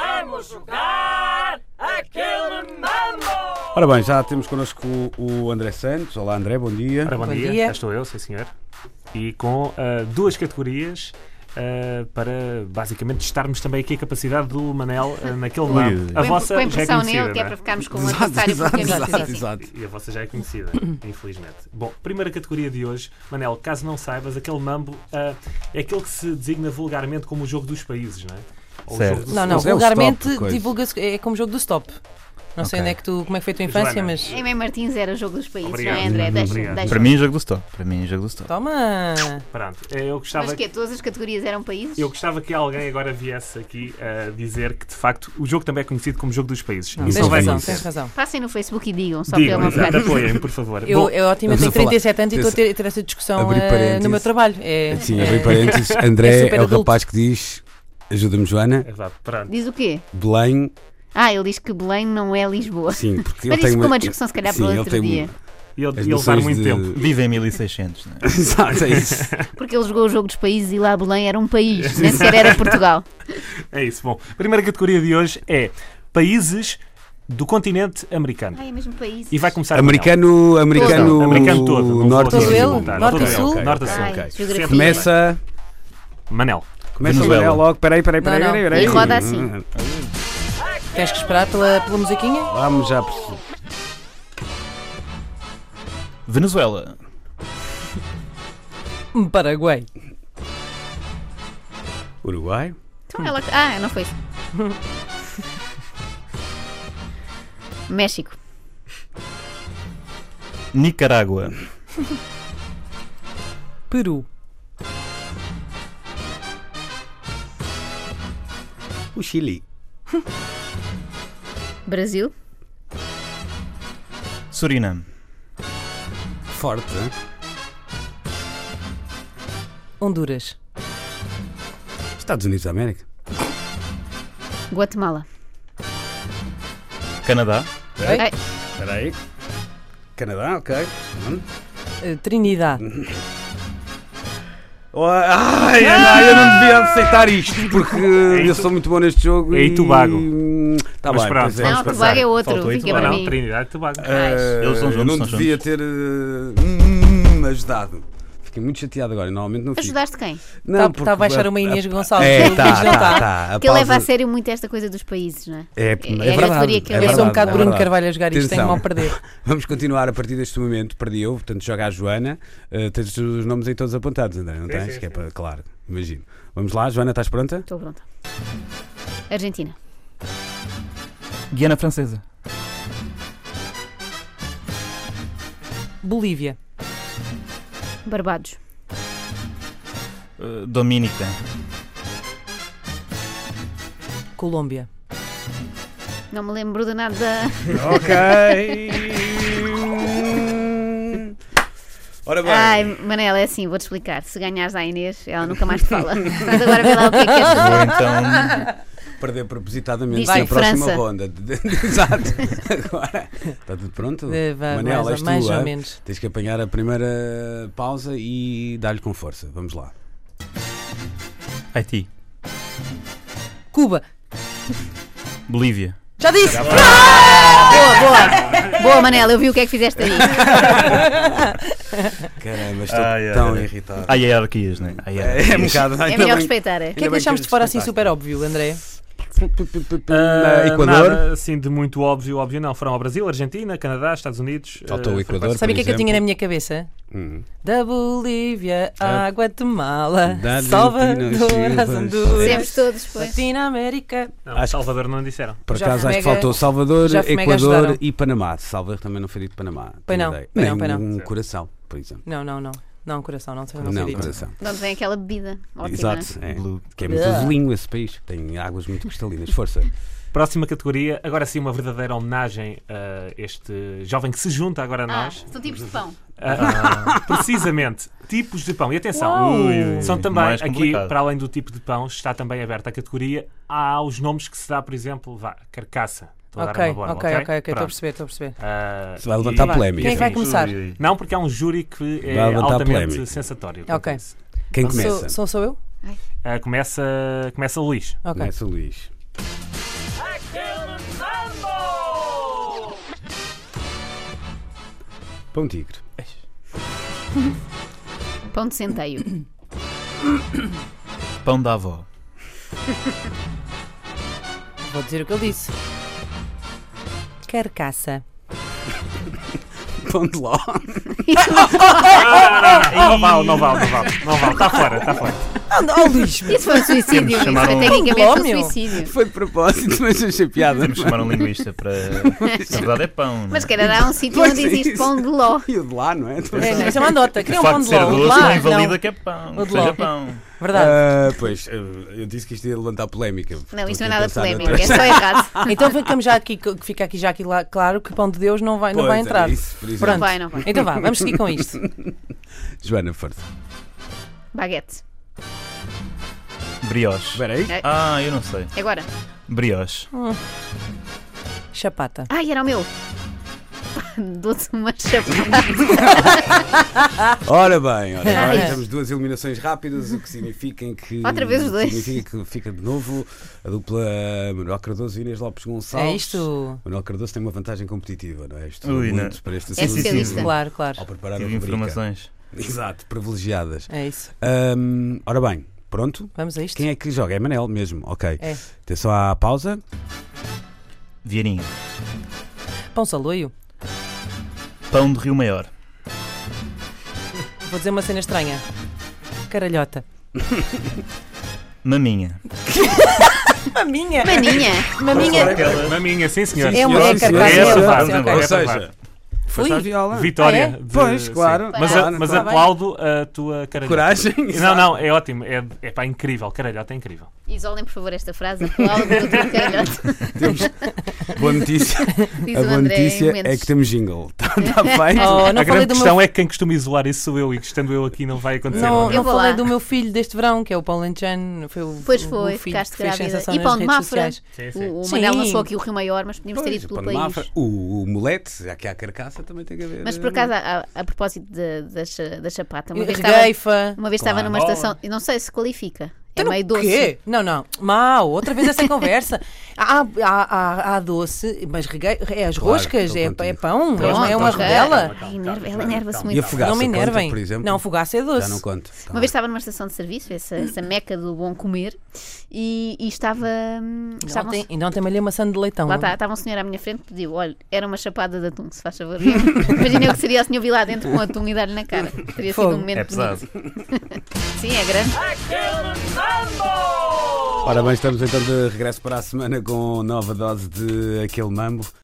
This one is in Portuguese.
Vamos jogar aquele mambo! Ora bem, já temos connosco o o André Santos. Olá André, bom dia. Ora, bom, Bom dia. dia. cá estou eu, sim senhor. E com ah, duas categorias ah, para basicamente testarmos também aqui a capacidade do Manel ah, naquele Ui, lado. ui. A Com vossa com a já é impressão conhecida. nele, que é não é? para ficarmos com o adversário por caminho. Sim, sim. E a vossa já é conhecida, infelizmente. Bom, primeira categoria de hoje, Manel, caso não saibas, aquele mambo ah, é aquele que se designa vulgarmente como o jogo dos países, não é? Ou Certo. o jogo do Não, não, Mas é o vulgarmente stop, coisa. divulga-se. É como jogo do stop. Não sei Ok. onde é que tu, como é que foi a tua infância, Joana. mas. Em Mem Martins era o jogo dos países, Obrigado. não é, André? Deixa, Obrigado. deixa. Para mim, jogo do stop. Para mim, jogo do stop. Toma! Pronto, É, eu gostava Mas que é todas as categorias eram países? Eu gostava que alguém agora viesse aqui a dizer que, de facto, o jogo também é conhecido como Jogo dos Países. Não, Isso tens não vai assim. razão, acontecer. tens razão. Passem no Facebook e digam, só Digam, para eu não exato, ficar. apoiem, por favor. Eu, Bom, é ótimo, eu vamos tenho a falar. 37 anos e estou a Esse- ter, a ter essa discussão abrir eh, parênteses. no meu trabalho. É, Sim, é- abri parênteses. André super é, o adulto. rapaz que diz. Ajuda-me, Joana. é vá, pronto. Diz o quê? Belém, Ah, ele diz que Belém não é Lisboa. sim, porque Mas ele tem isso ficou uma. uma discussão, se calhar, para Sim, ele outro tem dia. E ele, as e ele vai noções muito de- tempo. Vive em 1600, né? Exato, é isso. Porque ele jogou o jogo dos países e lá Belém era um país, nem sequer era Portugal. É isso, bom. Primeira categoria de hoje é Países do continente americano. Ai, é mesmo país. E vai começar Americano, americano, Todo. Americano todo, não vou norte e Todo sul. ele? Norte Norte e e sul? Ok, Norte e ok, sul. Ai, ok. geografia. Começa, Manel. começa Venezuela. Manuel logo. Peraí, peraí, peraí, Não, não. peraí, peraí. E roda assim. Hum. Tens que esperar pela, pela musiquinha? Vamos já. perceber. Venezuela. Hum, Paraguai. Uruguai, Então ela... Ah, não foi. México. Nicarágua. Peru. o Chile, Brasil. Suriname. forte. hein? Honduras. Estados Unidos da América, Guatemala. Canadá. Ai, peraí. Canadá, ok. Hum. eh, Trinidade. Oh, Ai, ai, eu não devia aceitar isto porque eu sou muito bom neste jogo. É e em Tobago. Tá Mas bem, pronto, pois é, não, vamos pois é. Tobago é outro. Faltou aí Fica Ah, para não, mim. Trinidade e Tobago. Ah, Eles são eu juntos, não são devia juntos. ter eh, hum, hum, ajudado. Fiquei muito chateado agora, normalmente não fico. Ajudaste quem? Não, Está porque Tá- a baixar uma Inês Gonçalves. É, do- do tá, jantar. tá, tá. A Porque ele leva a pausa- sério muito esta coisa dos países, não é? É, é, categoria verdade, que é ele- Eu sou um verdade, bocado é Bruno verdade. Carvalho a jogar isto, tenho Atenção. que mal perder. Vamos continuar a partir deste momento. Perdi eu, portanto joga a Joana. Eh, tens os nomes aí todos apontados, André, não Sim, tens? sim, que é sim. para, claro, imagino. Vamos lá, Joana, estás pronta? Estou pronta. Argentina. Guiana Francesa. Bolívia. Barbados. Uh, Dominica. Colômbia. Não me lembro de nada. Ok. Ora Tá bem. Ai, Manela, é assim, vou-te explicar. Se ganhares à Inês, ela nunca mais te fala. Mas agora vê lá o que é que queres Ou dizer. então. Perder propositadamente Diz na vai, próxima França. ronda. Exato. Agora. Está tudo pronto? Eh, vá, Manel, mais, és tu, mais ah? ou menos. Tens que apanhar a primeira pausa e dar-lhe com força. Vamos lá. Haiti. Cuba. Bolívia. Já disse! é Boa, boa. Boa, Manela, eu vi o que é que fizeste aí. Caramba, estou Ai, ai, tão ai. irritado. Há hierarquias, não é? Há hierarquias. um bocado. É melhor respeitar, é? O que é que deixámos de fora assim super óbvio, André? Ah, Equador. Nada, assim, de muito óbvio, óbvio não. Foram ao Brasil, Argentina, Canadá, Estados Unidos. Faltou ah, o Equador. Sabe o que é que eu exemplo. tinha na minha cabeça? Hum. Da Bolívia à Guatemala, Ah. da Salvador Argentina, às sim. Dissemos Honduras, todos, pois. Latinoamérica. Não, Salvador não disseram. Por Já acaso acho que Fomega- faltou Salvador, já Fomega Equador ajudaram. e Panamá. Salvador também não foi dito Panamá. Pois não, Tenho pois ideia. não, pois Nem não. Um coração, por exemplo. Não, não, não. Não, coração, não, não, Não, foi dito. coração. De onde vem aquela bebida? Ótima. né? Exato. É. Blue. Que é muito Ah. azulinho esse país. Tem águas muito cristalinas. Força. Próxima categoria, agora sim uma verdadeira homenagem ah, a este jovem que se junta agora é? a Ah, nós. são tipos de pão. Ah, precisamente, tipos de pão. E atenção, Ui, ui, ui. são também, Mais aqui, complicado. para além do tipo de pão, está também aberta a categoria aos nomes que se dá, por exemplo, vá, carcaça. Estou a dar é Ok, uma bola, ok, ok, ok, estou a Pronto. perceber, estou a perceber. Ah, Se vai e- levantar e- polémica. Quem é que vai Sim. começar? Ui, ui. Não, porque há um júri que é Vai levantar altamente polémica. sensatório. Ok. acontece. Quem começa? Sou, sou, sou eu? Ah, começa, começa o Luís. Ok. Começa o Luís. killed a mambo! Pão tigre. Pão de centeio. Pão da avó. Vou dizer o que ele disse. Carcaça. Pão de ló. Ah! Não vale, não vale, não vale. Não vale, está fora, está fora. Oh, Luís, Isso foi um suicídio. Isso chamaram- foi tecnicamente um Glómio. suicídio. Foi de propósito, mas achei piada. Temos que chamar um linguista para. Na verdade é pão. não é? Mas que era dar um sítio Pois onde é existe isso. pão de ló. E o de lá, não é? Então, é, não, isso é uma nota. Queria um o facto pão de de ser ló. doce não Lá, invalida não. que é pão. O Que de ló. seja pão. Verdade. Ah, pois, eu, eu disse que isto ia levantar polémica. Não, isso Estou não aqui é a nada pensar polémico. É noutras- só errado. Então ficamos já aqui, que fica aqui já aqui lá, claro que pão de Deus não vai, não Pois, vai é entrar. isso, por exemplo. Pronto. Não vai, não vai. Então vá, vamos seguir com isto. Joana, força. Baguete. Brioche. Espera aí. Ah, eu não sei. É Agora. Brioche. Chapata. Ai, era o meu. Dou-te uma chapada. Ora bem, ora bem. Ai. Temos duas eliminações rápidas, o que significa que. Outra vez os dois. Significa que fica de novo a dupla Manuel Cardoso e Inês Lopes Gonçalves. É isto. Manuel Cardoso tem uma vantagem competitiva, não é? Isto Ui, muito não. para esta É segunda especialista. semana, Claro, claro. Ao preparar a Tive rubrica. informações. Exato, privilegiadas. É isso. Ahm, ora bem, pronto. Vamos a isto? Quem é que joga? É Manel mesmo, ok. É. Atenção à pausa. Vieirinha. Pão saloio? Pão de Rio Maior. Vou dizer uma cena estranha. Caralhota. Maminha. Maminha! Maninha. Maminha! Aquela- Maminha, sim senhor. É uma- Sim, é senhor. carcaça. É essa, É vá, essa, vamos ok. embora, Ou essa, vá. seja, foi Fui. à viola. Vitória. Ah, é? de- Pois, sim. claro. Mas, a- Claro, mas claro. aplaudo a tua caralhota. Coragem. Não, não, é ótimo. É, é pá, incrível. Caralhota é incrível. Isolem, por favor, esta frase. Aplaudo do teu caralhote. Temos... Boa notícia. Diz A o boa André notícia é Mendes. que temos jingle. Está tá Oh, bem? não a falei grande do questão meu. é que quem costuma isolar isso sou eu e que estando eu aqui não vai acontecer. Não, Não, é? não Eu vou falei lá. do meu filho deste verão, que é o Paulo Lanchano. Foi o, Pois o- foi, o filho ficaste que fez grávida. sensação E nas Pão de redes Mafra? sociais. Sim, sim. O, o Sim. Manel lançou aqui o Rio Maior, mas podíamos ter Pois, ido o pelo pão de país. Mafra, o, o mulete, aqui há carcaça, também tem que haver. Mas por acaso, a, a- a propósito de- da, cha- da chapata, Eh, uma vez estava, Regueifa. uma vez estava Claro. numa estação, e não sei se qualifica. É Então, meio o doce. Quê? Não, não. Mau, outra vez essa conversa. Ah, Há, há, há, há doce, mas reguei, é as Claro, roscas, estou é, contigo. então, é pão, é Pronto, uma, é uma ok. rodela. Ai, enerva- Ela enerva-se E muito. a fogaça, não me conta, enervem. por exemplo. Não, fogaça é eh, Já doce. não conto. Uma vez estava numa estação de serviço, essa, essa meca do bom comer, e, e estava. hum, E estavam- ontem- E não Então tem malha maçã de leitão. Lá não? está, estava um senhor à minha frente que pediu: olha, era uma chapada de atum, se faz favor. Imagina o que seria o senhor vir lá dentro com atum e dar-lhe na cara. Teria sido Fogo. um momento É pesado. bonito. Sim, é grande. Ora bem, estamos então de regresso para a semana com nova dose de aquele mambo.